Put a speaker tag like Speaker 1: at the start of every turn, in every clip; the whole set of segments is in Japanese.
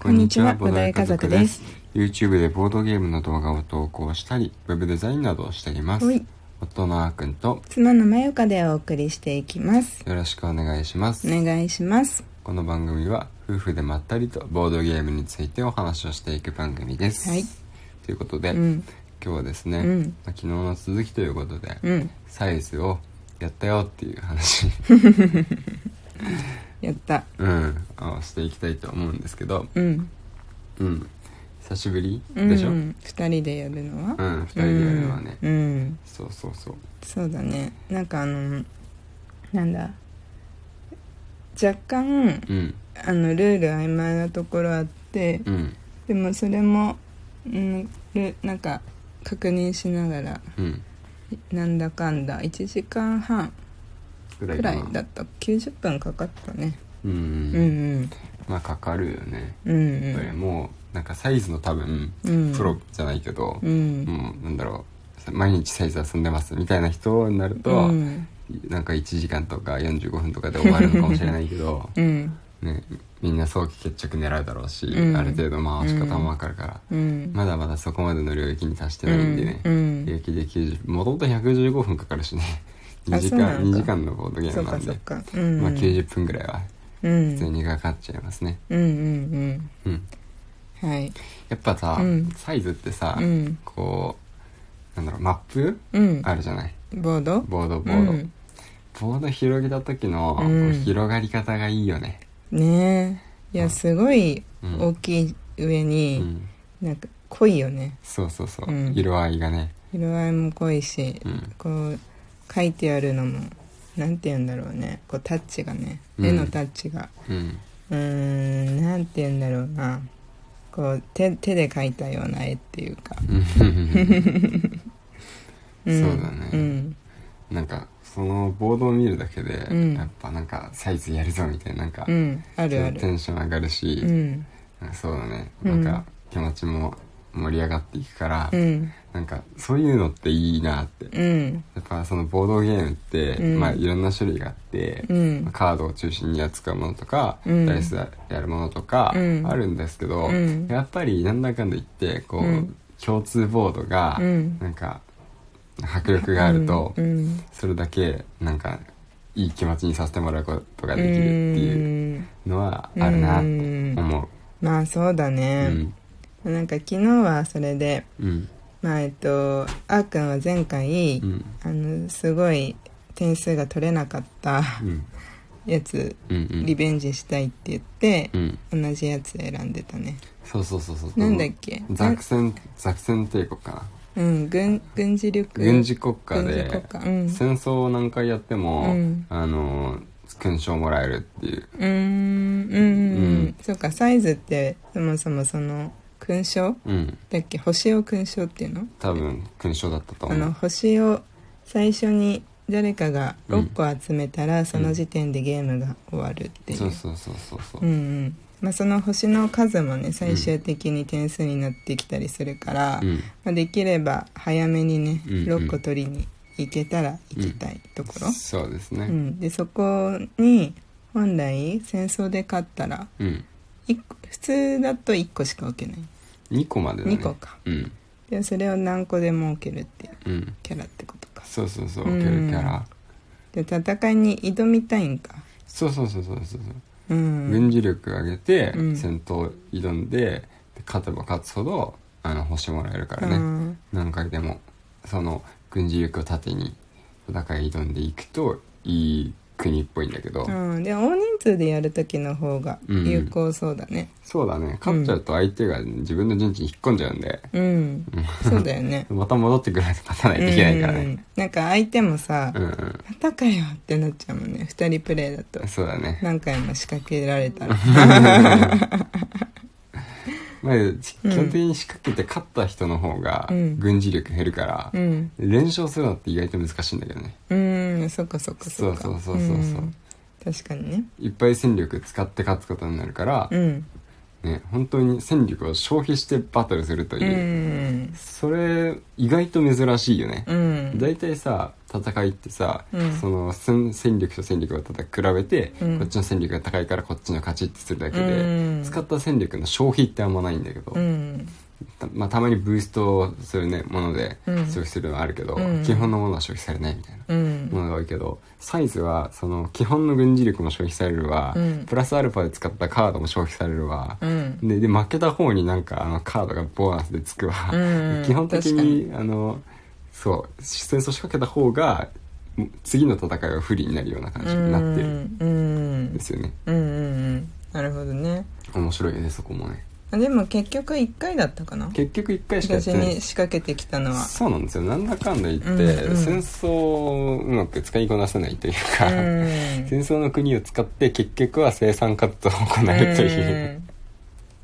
Speaker 1: こんにちは、ボダイ家族です。。
Speaker 2: YouTube でボードゲームの動画を投稿したり、ウェブデザインなどをしています
Speaker 1: はい。
Speaker 2: 夫のあーくんと
Speaker 1: 妻のまゆかでお送りしていきます。
Speaker 2: よろしくお願いします。
Speaker 1: お願いします。
Speaker 2: この番組は夫婦でまったりとボードゲームについてお話をしていく番組です。
Speaker 1: はい
Speaker 2: ということで、
Speaker 1: うん
Speaker 2: 今日はですね、
Speaker 1: うん
Speaker 2: まあ昨日の続きということで、
Speaker 1: うん、
Speaker 2: サイズをやったよっていう 話、
Speaker 1: やった。
Speaker 2: うん、をしていきたいと思うんですけど、
Speaker 1: うん。
Speaker 2: うん、久しぶり
Speaker 1: うん
Speaker 2: でしょ、
Speaker 1: 二人でやるのは
Speaker 2: うん、二人でやるのはね、
Speaker 1: うん。うん
Speaker 2: そうそうそう。
Speaker 1: そうだね。なんかあの、なんだ。若干、
Speaker 2: うん、
Speaker 1: あの、ルール曖昧なところあって、
Speaker 2: うん、
Speaker 1: でもそれも、うん、ルなんか、確認しながら、
Speaker 2: うん。
Speaker 1: なんだかんだ、1時間半
Speaker 2: くらい
Speaker 1: く
Speaker 2: からない
Speaker 1: だった。90分かかったね。
Speaker 2: うん、
Speaker 1: うん
Speaker 2: うん、まあかかるよね。
Speaker 1: うん。うん
Speaker 2: やっぱりもう、なんかサイズの多分、
Speaker 1: うん。
Speaker 2: プロじゃないけど、
Speaker 1: うん。
Speaker 2: もうなんだろう毎日サイズ遊んでますみたいな人になると、
Speaker 1: うん。、
Speaker 2: なんか1時間とか45分とかで終わるのかもしれないけど
Speaker 1: うん。
Speaker 2: ね、みんな早期決着狙うだろうし、
Speaker 1: うん
Speaker 2: ある程度回し方も分かるから、
Speaker 1: うん。
Speaker 2: まだまだそこまでの領域に達してないんでね、
Speaker 1: うんうん
Speaker 2: 領域で90もともと115分かかるしね2
Speaker 1: あ
Speaker 2: 時
Speaker 1: そう
Speaker 2: 間
Speaker 1: なのか
Speaker 2: 2時間のボードゲー
Speaker 1: そう
Speaker 2: ムな
Speaker 1: か
Speaker 2: ん
Speaker 1: そう
Speaker 2: で、
Speaker 1: か。うん。
Speaker 2: まあ、90分ぐらいは
Speaker 1: う
Speaker 2: 普通
Speaker 1: ん。
Speaker 2: にかかっちゃいますね、
Speaker 1: うんう
Speaker 2: う
Speaker 1: ん
Speaker 2: ん、
Speaker 1: うん。はい。
Speaker 2: やっぱさ、
Speaker 1: うん
Speaker 2: サイズってさ、
Speaker 1: うん。
Speaker 2: こうなんだろうマップ
Speaker 1: うん。
Speaker 2: あるじゃない
Speaker 1: ボード
Speaker 2: ボードボ
Speaker 1: う
Speaker 2: ード、
Speaker 1: ん。
Speaker 2: ボード広げた時の、こ
Speaker 1: う
Speaker 2: うん広がり方がいいよね
Speaker 1: ねえ。いや、すごい
Speaker 2: うん
Speaker 1: 大きい上
Speaker 2: う
Speaker 1: に、
Speaker 2: ん
Speaker 1: なんか濃いよね。
Speaker 2: そうそうそう、
Speaker 1: うん
Speaker 2: 色合いがね
Speaker 1: 色合いも濃いし
Speaker 2: う、ん
Speaker 1: こう、書いてあるのも、なんて言うんだろうね。こう、タッチがね。
Speaker 2: うん
Speaker 1: 絵のタッチが。
Speaker 2: うん
Speaker 1: うーん、なんて言うんだろうな。こう、手、手で描いたような絵っていうか。
Speaker 2: そうだ
Speaker 1: う
Speaker 2: ね、
Speaker 1: ん。
Speaker 2: なんかそのボードを見るだけで、
Speaker 1: うん
Speaker 2: やっぱなんかサイズやるぞみたいななんか、
Speaker 1: うん。あるあ
Speaker 2: テ
Speaker 1: る。
Speaker 2: ンション上がるし
Speaker 1: う、ん。
Speaker 2: なんかそうだね
Speaker 1: う
Speaker 2: なんんか気持ちも盛り上がっていくから、
Speaker 1: うん。
Speaker 2: なんかそういうのっていいなって
Speaker 1: うん。
Speaker 2: やっぱそのボードゲームって、
Speaker 1: うん
Speaker 2: まあいろんな種類があって、
Speaker 1: うん
Speaker 2: まあカードを中心に扱うものとか、
Speaker 1: うん
Speaker 2: ダイスでやるものとか
Speaker 1: うん
Speaker 2: あるんですけど、
Speaker 1: うん
Speaker 2: やっぱりなんだかんだ言ってこう、
Speaker 1: うん
Speaker 2: 共通ボードが
Speaker 1: うん
Speaker 2: なんか迫力があると、
Speaker 1: うん。
Speaker 2: それだけなんかいい気持ちにさせてもらうことができるっていう
Speaker 1: う。
Speaker 2: のはあるなって思う。
Speaker 1: まあそうだ
Speaker 2: う
Speaker 1: ね
Speaker 2: ん。
Speaker 1: なんか昨日はそれで、
Speaker 2: うん
Speaker 1: まあえっと、あーくんは前回
Speaker 2: う、ん
Speaker 1: あの、すごい点数が取れなかった
Speaker 2: うん
Speaker 1: やつ、
Speaker 2: うんうん
Speaker 1: リベンジしたいって言って
Speaker 2: う、ん
Speaker 1: 同じやつ選んでたね。
Speaker 2: そうそうそうそう
Speaker 1: なんだっけ
Speaker 2: ザクセンザクセン帝国かな
Speaker 1: うん、軍、軍事力。
Speaker 2: 軍事国家
Speaker 1: 軍
Speaker 2: で
Speaker 1: 事国家うん
Speaker 2: 戦争を何回やっても、
Speaker 1: うん
Speaker 2: あの勲章もらえるっていう
Speaker 1: うーん、うんうん、うん。そうか、サイズって、そもそもその、勲章
Speaker 2: うん
Speaker 1: だっけ星を勲章っていうの
Speaker 2: 多分勲章だったと
Speaker 1: あ
Speaker 2: 思
Speaker 1: の
Speaker 2: う
Speaker 1: 星を最初に誰かが6個集めたら、その時点でゲームが終わるっていう
Speaker 2: そうそうそうそうそううん
Speaker 1: うんまあ、その星の数もね最終的に点数になってきたりするから、
Speaker 2: うん
Speaker 1: まあ、できれば早めにね、
Speaker 2: うんうん
Speaker 1: 6個取りに行けたら行きたいところ、
Speaker 2: そうです
Speaker 1: うん
Speaker 2: ね
Speaker 1: でそこに本来戦争で勝ったら
Speaker 2: うん
Speaker 1: 一個普通だと1個しか置けない
Speaker 2: 2個までだね
Speaker 1: 2個か
Speaker 2: うん
Speaker 1: でそれを何個でも置けるっていう
Speaker 2: うん
Speaker 1: キャラってことか
Speaker 2: そうそうそう
Speaker 1: う
Speaker 2: 受け
Speaker 1: ん
Speaker 2: るキャラ
Speaker 1: で戦いに挑みたいんか
Speaker 2: そうそうそうそうそうそう
Speaker 1: うん
Speaker 2: 軍事力上げて
Speaker 1: うん
Speaker 2: 戦闘挑んでで勝てば勝つほどあの星もらえるからね
Speaker 1: ね
Speaker 2: 何回でもその軍事力を盾に戦い挑んでいくといい国っぽいんだけど、
Speaker 1: うんで大人数でやる時の方が有効そうだね
Speaker 2: そうだね勝っちゃうと相手が自分の陣地に引っ込んじゃうんで、
Speaker 1: うん、そうだよ ね
Speaker 2: また戻ってくると勝たないといけないから
Speaker 1: う
Speaker 2: ね
Speaker 1: んなんか相手もさ
Speaker 2: うん、
Speaker 1: 「またかよ」ってなっちゃうもんね二人プレイだと
Speaker 2: うん、そうだ ね
Speaker 1: 何回も仕掛けられたら
Speaker 2: まあ基本的に仕掛けて勝った人の方が
Speaker 1: うん
Speaker 2: 軍事力減るから
Speaker 1: う、ん
Speaker 2: 連勝するのって意外と難しいんだけどね
Speaker 1: うんそっかそっかそっか
Speaker 2: そうそうそうそうそうん
Speaker 1: 確かにね
Speaker 2: いっぱい戦力使って勝つことになるから、
Speaker 1: うん
Speaker 2: ね本当に戦力を消費してバトルすると
Speaker 1: う
Speaker 2: いう、
Speaker 1: ん
Speaker 2: それ意外と珍しいよね、
Speaker 1: うん
Speaker 2: 大体さ戦いってさ、
Speaker 1: うん
Speaker 2: その戦戦力と戦力をた比べて、
Speaker 1: うん
Speaker 2: こっちの戦力が高いからこっちの勝ちってするだけで、
Speaker 1: うん
Speaker 2: 使った戦力の消費ってあんまないんだけど、
Speaker 1: うん
Speaker 2: たまあ、たまにブーストする、ね、もので
Speaker 1: うん
Speaker 2: 消費するのはあるけど、
Speaker 1: うん
Speaker 2: 基本のものは消費されないみたいな
Speaker 1: うん
Speaker 2: ものが多いけどサイズはその基本の軍事力も消費されるわ、
Speaker 1: うん
Speaker 2: プラスアルファで使ったカードも消費されるわ、
Speaker 1: うん
Speaker 2: でで負けた方になんかあのカードがボーナスでつくわ、
Speaker 1: うん
Speaker 2: 基本的にあのそう戦争仕掛けた方がも次の戦いは不利になるような感じになってるん
Speaker 1: うんうん
Speaker 2: ですよね、
Speaker 1: うんうんうんなるほどね
Speaker 2: 面白いよねそこもね
Speaker 1: あでも結局1回だったかな
Speaker 2: 結局1回しかやっ
Speaker 1: 私
Speaker 2: てない
Speaker 1: に仕掛けてきたのは
Speaker 2: そうなんですよなんだかんだ言って、
Speaker 1: うんうん
Speaker 2: 戦争をうまく使いこなせないという
Speaker 1: う
Speaker 2: か、
Speaker 1: ん
Speaker 2: 戦争の国を使って結局は生産活動を行うという、
Speaker 1: ん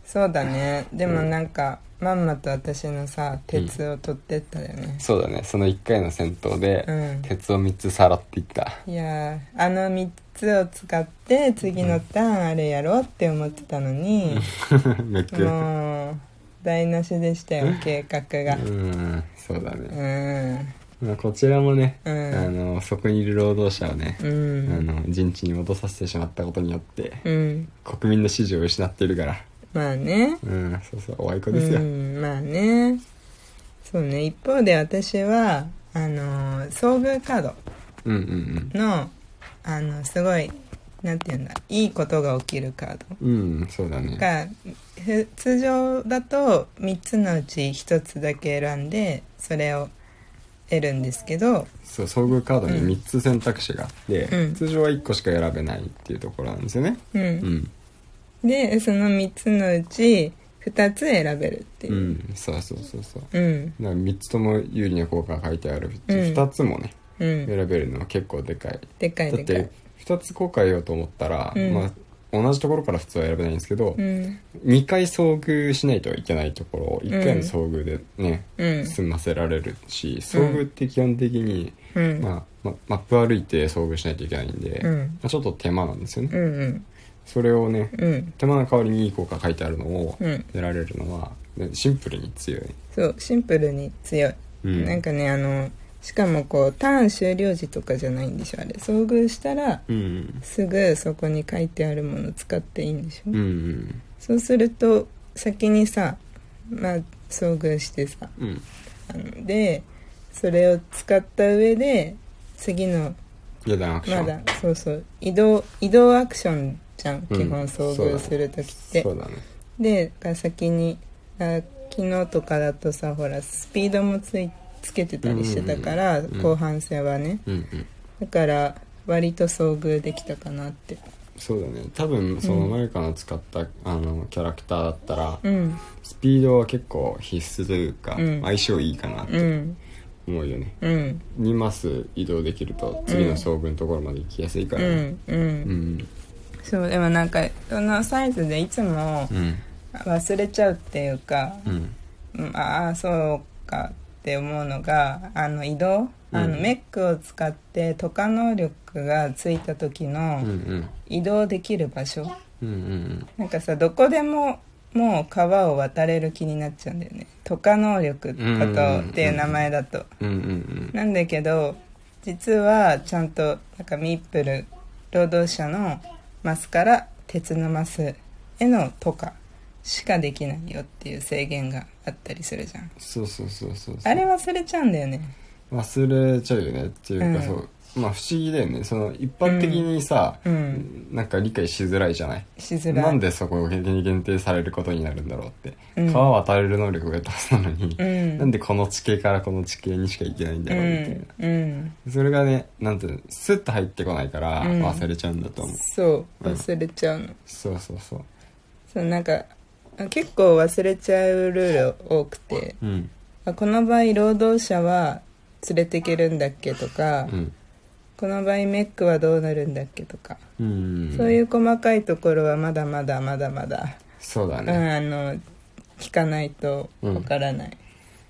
Speaker 1: そうだねでも
Speaker 2: うん
Speaker 1: なんか、まんまと私のさ鉄を取ってったよね
Speaker 2: そうだねその1回の戦闘で、
Speaker 1: うん
Speaker 2: 鉄を3つさらっていった
Speaker 1: いやーあの3つを使って次のターンあれやろうって思ってたのに、
Speaker 2: めっちゃやっ
Speaker 1: もう台無しでしたよ計画が
Speaker 2: てるうんそうだね、
Speaker 1: うん
Speaker 2: まあ、こちらもね、
Speaker 1: うん
Speaker 2: あのそこにいる労働者をね、
Speaker 1: う
Speaker 2: あ
Speaker 1: ん
Speaker 2: の陣地に戻させてしまったことによって
Speaker 1: うん
Speaker 2: 国民の支持を失ってるから
Speaker 1: まあね
Speaker 2: うんそうそうおあいこ
Speaker 1: う
Speaker 2: ですよ、
Speaker 1: んまあねそうね一方で私はあのー遭遇カード
Speaker 2: うん、うんうん
Speaker 1: のあのすごいなんていうんだいいことが起きるカード
Speaker 2: うんそうだね
Speaker 1: がふ通常だと3つのうち1つだけ選んでそれを得るんですけど
Speaker 2: そう遭遇カードに
Speaker 1: うん
Speaker 2: 3つ選択肢があって、
Speaker 1: うん
Speaker 2: 通常は1個しか選べないっていうところなんですよね
Speaker 1: うん、
Speaker 2: うん、、
Speaker 1: でその3つのうち2つ選べるっていううん
Speaker 2: そうそうそうそうだか
Speaker 1: うん
Speaker 2: ら3つとも有利な効果が書いてあるうち
Speaker 1: うん
Speaker 2: 2つもね、
Speaker 1: うん、
Speaker 2: 選べるのは結構でかい
Speaker 1: でかい
Speaker 2: だっ
Speaker 1: で
Speaker 2: て
Speaker 1: かい
Speaker 2: 2つ効果得ようと思ったら、
Speaker 1: うん
Speaker 2: まあ同じところから普通は選べないんですけど、
Speaker 1: うん
Speaker 2: 2回遭遇しないといけないところを1回の遭遇でね、
Speaker 1: うん
Speaker 2: 済ませられるし遭遇って基本的に、
Speaker 1: うん
Speaker 2: まあ、まマップ歩いて遭遇しないといけないんで、
Speaker 1: う
Speaker 2: ま
Speaker 1: ん
Speaker 2: あちょっと手間なんですよね、
Speaker 1: うんうん
Speaker 2: それをね
Speaker 1: うん
Speaker 2: 手間の代わりにいい効果書いてあるのを
Speaker 1: うん
Speaker 2: 得られるのは、ねシンプルに強い、
Speaker 1: そうシンプルに強い、
Speaker 2: うん
Speaker 1: なんかねあのしかもこうターン終了時とかじゃないんでしょあれ遭遇したら
Speaker 2: うん
Speaker 1: すぐそこに書いてあるもの使っていいんでし
Speaker 2: う
Speaker 1: ょ、
Speaker 2: んうん
Speaker 1: そうすると先にさまあ遭遇してさ
Speaker 2: うん
Speaker 1: あのでそれを使った上で次の
Speaker 2: やだなアクショ
Speaker 1: ま
Speaker 2: ン
Speaker 1: だそうそう移動移動アクションじゃん、
Speaker 2: うん
Speaker 1: 基本遭
Speaker 2: そうだね
Speaker 1: 遇する時って
Speaker 2: そうだね
Speaker 1: でが先にあ昨日とかだとさほらスピードもついつけてたりしてたから、
Speaker 2: うんうん
Speaker 1: 後半戦はね
Speaker 2: うんうん
Speaker 1: だから割と遭遇できたかなって
Speaker 2: そうだね多分そのマイカの使った、あのキャラクターだったら、
Speaker 1: うん
Speaker 2: スピードは結構必須というか、
Speaker 1: うん
Speaker 2: 相性いいかなっ
Speaker 1: う
Speaker 2: て
Speaker 1: ん
Speaker 2: 思うよね、
Speaker 1: うん
Speaker 2: 2マス移動できると次の将軍のところまで行きやすいか
Speaker 1: う
Speaker 2: らね
Speaker 1: んうん
Speaker 2: うん
Speaker 1: そうでもなんかそのサイズでいつも
Speaker 2: うん
Speaker 1: 忘れちゃうっていうか、
Speaker 2: うん
Speaker 1: うんああそうかって思うのがあの移動、あの
Speaker 2: うん
Speaker 1: メックを使って渡過能力がついた時
Speaker 2: うんう
Speaker 1: の
Speaker 2: ん
Speaker 1: 移動できる場所、
Speaker 2: うんうん
Speaker 1: なんかさどこでももう川を渡れる気になっちゃうんだよね渡過能力ことっていう名前だと、
Speaker 2: うんうんうん
Speaker 1: なんだけど実はちゃんとなんかミップル労働者のマスから鉄のマスへのとかしかできないよっていう制限があったりするじゃん
Speaker 2: そうそうそうそうそう
Speaker 1: あれ忘れちゃうんだよね
Speaker 2: 忘れちゃうよねっていうか、
Speaker 1: うん
Speaker 2: そうまあ不思議だよねその一般的にさ、
Speaker 1: うん
Speaker 2: なんか理解しづらいじゃない
Speaker 1: しづらい
Speaker 2: なんでそこを限定されることになるんだろうって、
Speaker 1: うん
Speaker 2: 川渡れる能力が出すなのに、
Speaker 1: うん
Speaker 2: なんでこの地形からこの地形にしか行けないんだ
Speaker 1: う
Speaker 2: ろうみたいな、
Speaker 1: んうん
Speaker 2: それがねなんていうのスッと入ってこないから
Speaker 1: うん
Speaker 2: 忘れちゃうんだと思う、
Speaker 1: そう忘れちゃうの、
Speaker 2: そうそうそう
Speaker 1: そうなんか結構忘れちゃうルール多くて
Speaker 2: うん
Speaker 1: あこの場合労働者は連れてけるんだっけとか、
Speaker 2: うん
Speaker 1: この場合メックはどうなるんだっけとか、
Speaker 2: うん
Speaker 1: そういう細かいところはまだまだまだまだ、
Speaker 2: そうだ
Speaker 1: う
Speaker 2: ね、
Speaker 1: ん、あの聞かないとわからない、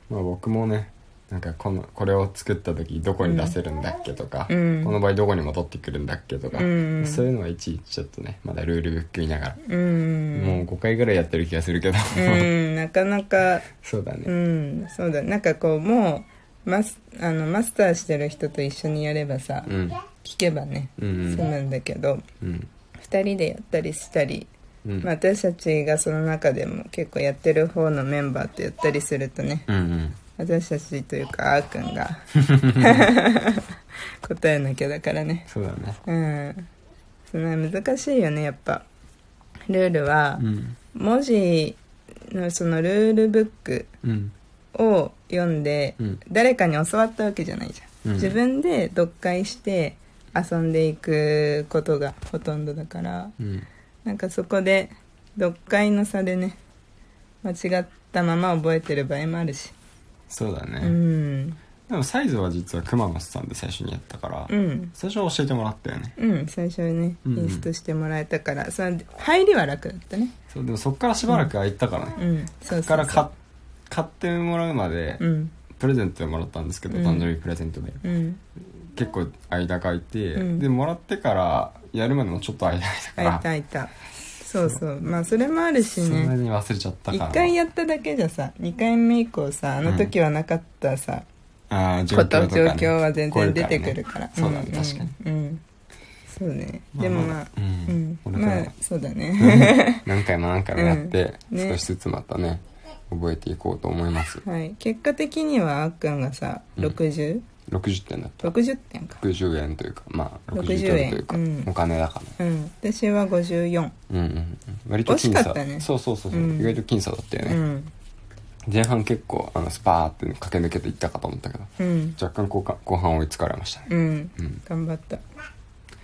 Speaker 2: まあ、僕もねなんかこのこれを作った時どこに出せるんだっけとか、
Speaker 1: うん
Speaker 2: この場合どこに戻ってくるんだっけとか、
Speaker 1: うん
Speaker 2: そういうのはいちいちちょっとねまだルールブック見ながら、
Speaker 1: うん
Speaker 2: もう5回ぐらいやってる気がするけど、
Speaker 1: うんなかなか
Speaker 2: そうだね、
Speaker 1: うんそうだなんかこうもうマスあのマスターしてる人と一緒にやればさ、
Speaker 2: うん、
Speaker 1: 聞けばね
Speaker 2: うん
Speaker 1: 済むんだけど、
Speaker 2: うん
Speaker 1: 2人でやったりしたり、
Speaker 2: うん
Speaker 1: まあ、私たちがその中でも結構やってる方のメンバーとやったりするとね
Speaker 2: うんうん
Speaker 1: 私たちというかあーく んが答えなきゃだからね
Speaker 2: そうだね
Speaker 1: うんその難しいよねやっぱルールは
Speaker 2: うん
Speaker 1: 文字のそのルールブック
Speaker 2: うん
Speaker 1: を読んで
Speaker 2: うん
Speaker 1: 誰かに教わったわけじゃないじゃ
Speaker 2: う
Speaker 1: ん
Speaker 2: ん
Speaker 1: 自分で読解して遊んでいくことがほとんどだから
Speaker 2: うん
Speaker 1: なんかそこで読解の差でね間違ったまま覚えてる場合もあるし、
Speaker 2: そうだね、
Speaker 1: うん
Speaker 2: でもサイズは実はくまの巣さんで最初にやったから、
Speaker 1: うん
Speaker 2: 最初は教えてもらったよね
Speaker 1: うん最初にね
Speaker 2: う
Speaker 1: イ
Speaker 2: んうん
Speaker 1: ンストしてもらえたから、その入りは楽だったね
Speaker 2: そうでもそっからしばらく空いたからね、
Speaker 1: うんそうそうそう
Speaker 2: そっから買っ買ってもらうまで
Speaker 1: うん
Speaker 2: プレゼントでもらったんですけど、
Speaker 1: うん
Speaker 2: 誕生日プレゼントで
Speaker 1: うん
Speaker 2: 結構間空いて、
Speaker 1: うん
Speaker 2: でもらってからやるまでもちょっと間空いたか
Speaker 1: 開いた
Speaker 2: ら
Speaker 1: 開いたそうそうまあそれもあるし
Speaker 2: そんな
Speaker 1: ね
Speaker 2: に忘れちゃったから
Speaker 1: 1回やっただけじゃさ2回目以降さあの時はなかったさ、
Speaker 2: あー状
Speaker 1: こ
Speaker 2: 況と
Speaker 1: と
Speaker 2: か、
Speaker 1: 状
Speaker 2: ね、
Speaker 1: 況は全然出てくる
Speaker 2: こ
Speaker 1: から
Speaker 2: そうだね
Speaker 1: んん
Speaker 2: 確かに
Speaker 1: うんそうね
Speaker 2: まあ
Speaker 1: でもまあ
Speaker 2: うん
Speaker 1: うん
Speaker 2: 俺から
Speaker 1: まあそう だね
Speaker 2: ういうからね何回も何回もやって、
Speaker 1: うんね
Speaker 2: 少しずつまたね覚えていこうと思います
Speaker 1: はい結果的にはあっくんがさ
Speaker 2: うん
Speaker 1: 6060
Speaker 2: 60点だった
Speaker 1: 点か
Speaker 2: 60円というかまあ
Speaker 1: 60
Speaker 2: 60ドルというか、
Speaker 1: 円うん
Speaker 2: お金だから
Speaker 1: うん私は54
Speaker 2: うんうんうん割と
Speaker 1: 惜し
Speaker 2: 僅
Speaker 1: か
Speaker 2: 差
Speaker 1: ったね
Speaker 2: そうそうそうそう、
Speaker 1: うん
Speaker 2: 意外と僅差だったよ
Speaker 1: う
Speaker 2: ね、
Speaker 1: ん
Speaker 2: 前半結構あのスパーって駆け抜けていったかと思ったけど
Speaker 1: うん
Speaker 2: 若干後半後半追いつかれましたね、
Speaker 1: うん
Speaker 2: うん
Speaker 1: 頑張った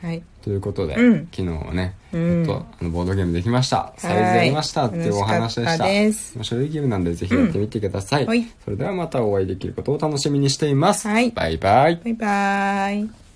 Speaker 1: はい
Speaker 2: ということで、
Speaker 1: うん
Speaker 2: 昨日はね、
Speaker 1: うん
Speaker 2: ちょっとあのボードゲームできましたサイズやりましたっていうお話で
Speaker 1: 楽
Speaker 2: した
Speaker 1: しかったです
Speaker 2: 面白いゲームなんでぜひやってみてください、
Speaker 1: うんはい
Speaker 2: それではまたお会いできることを楽しみにしています、
Speaker 1: はい
Speaker 2: バイバイ
Speaker 1: バイバーイ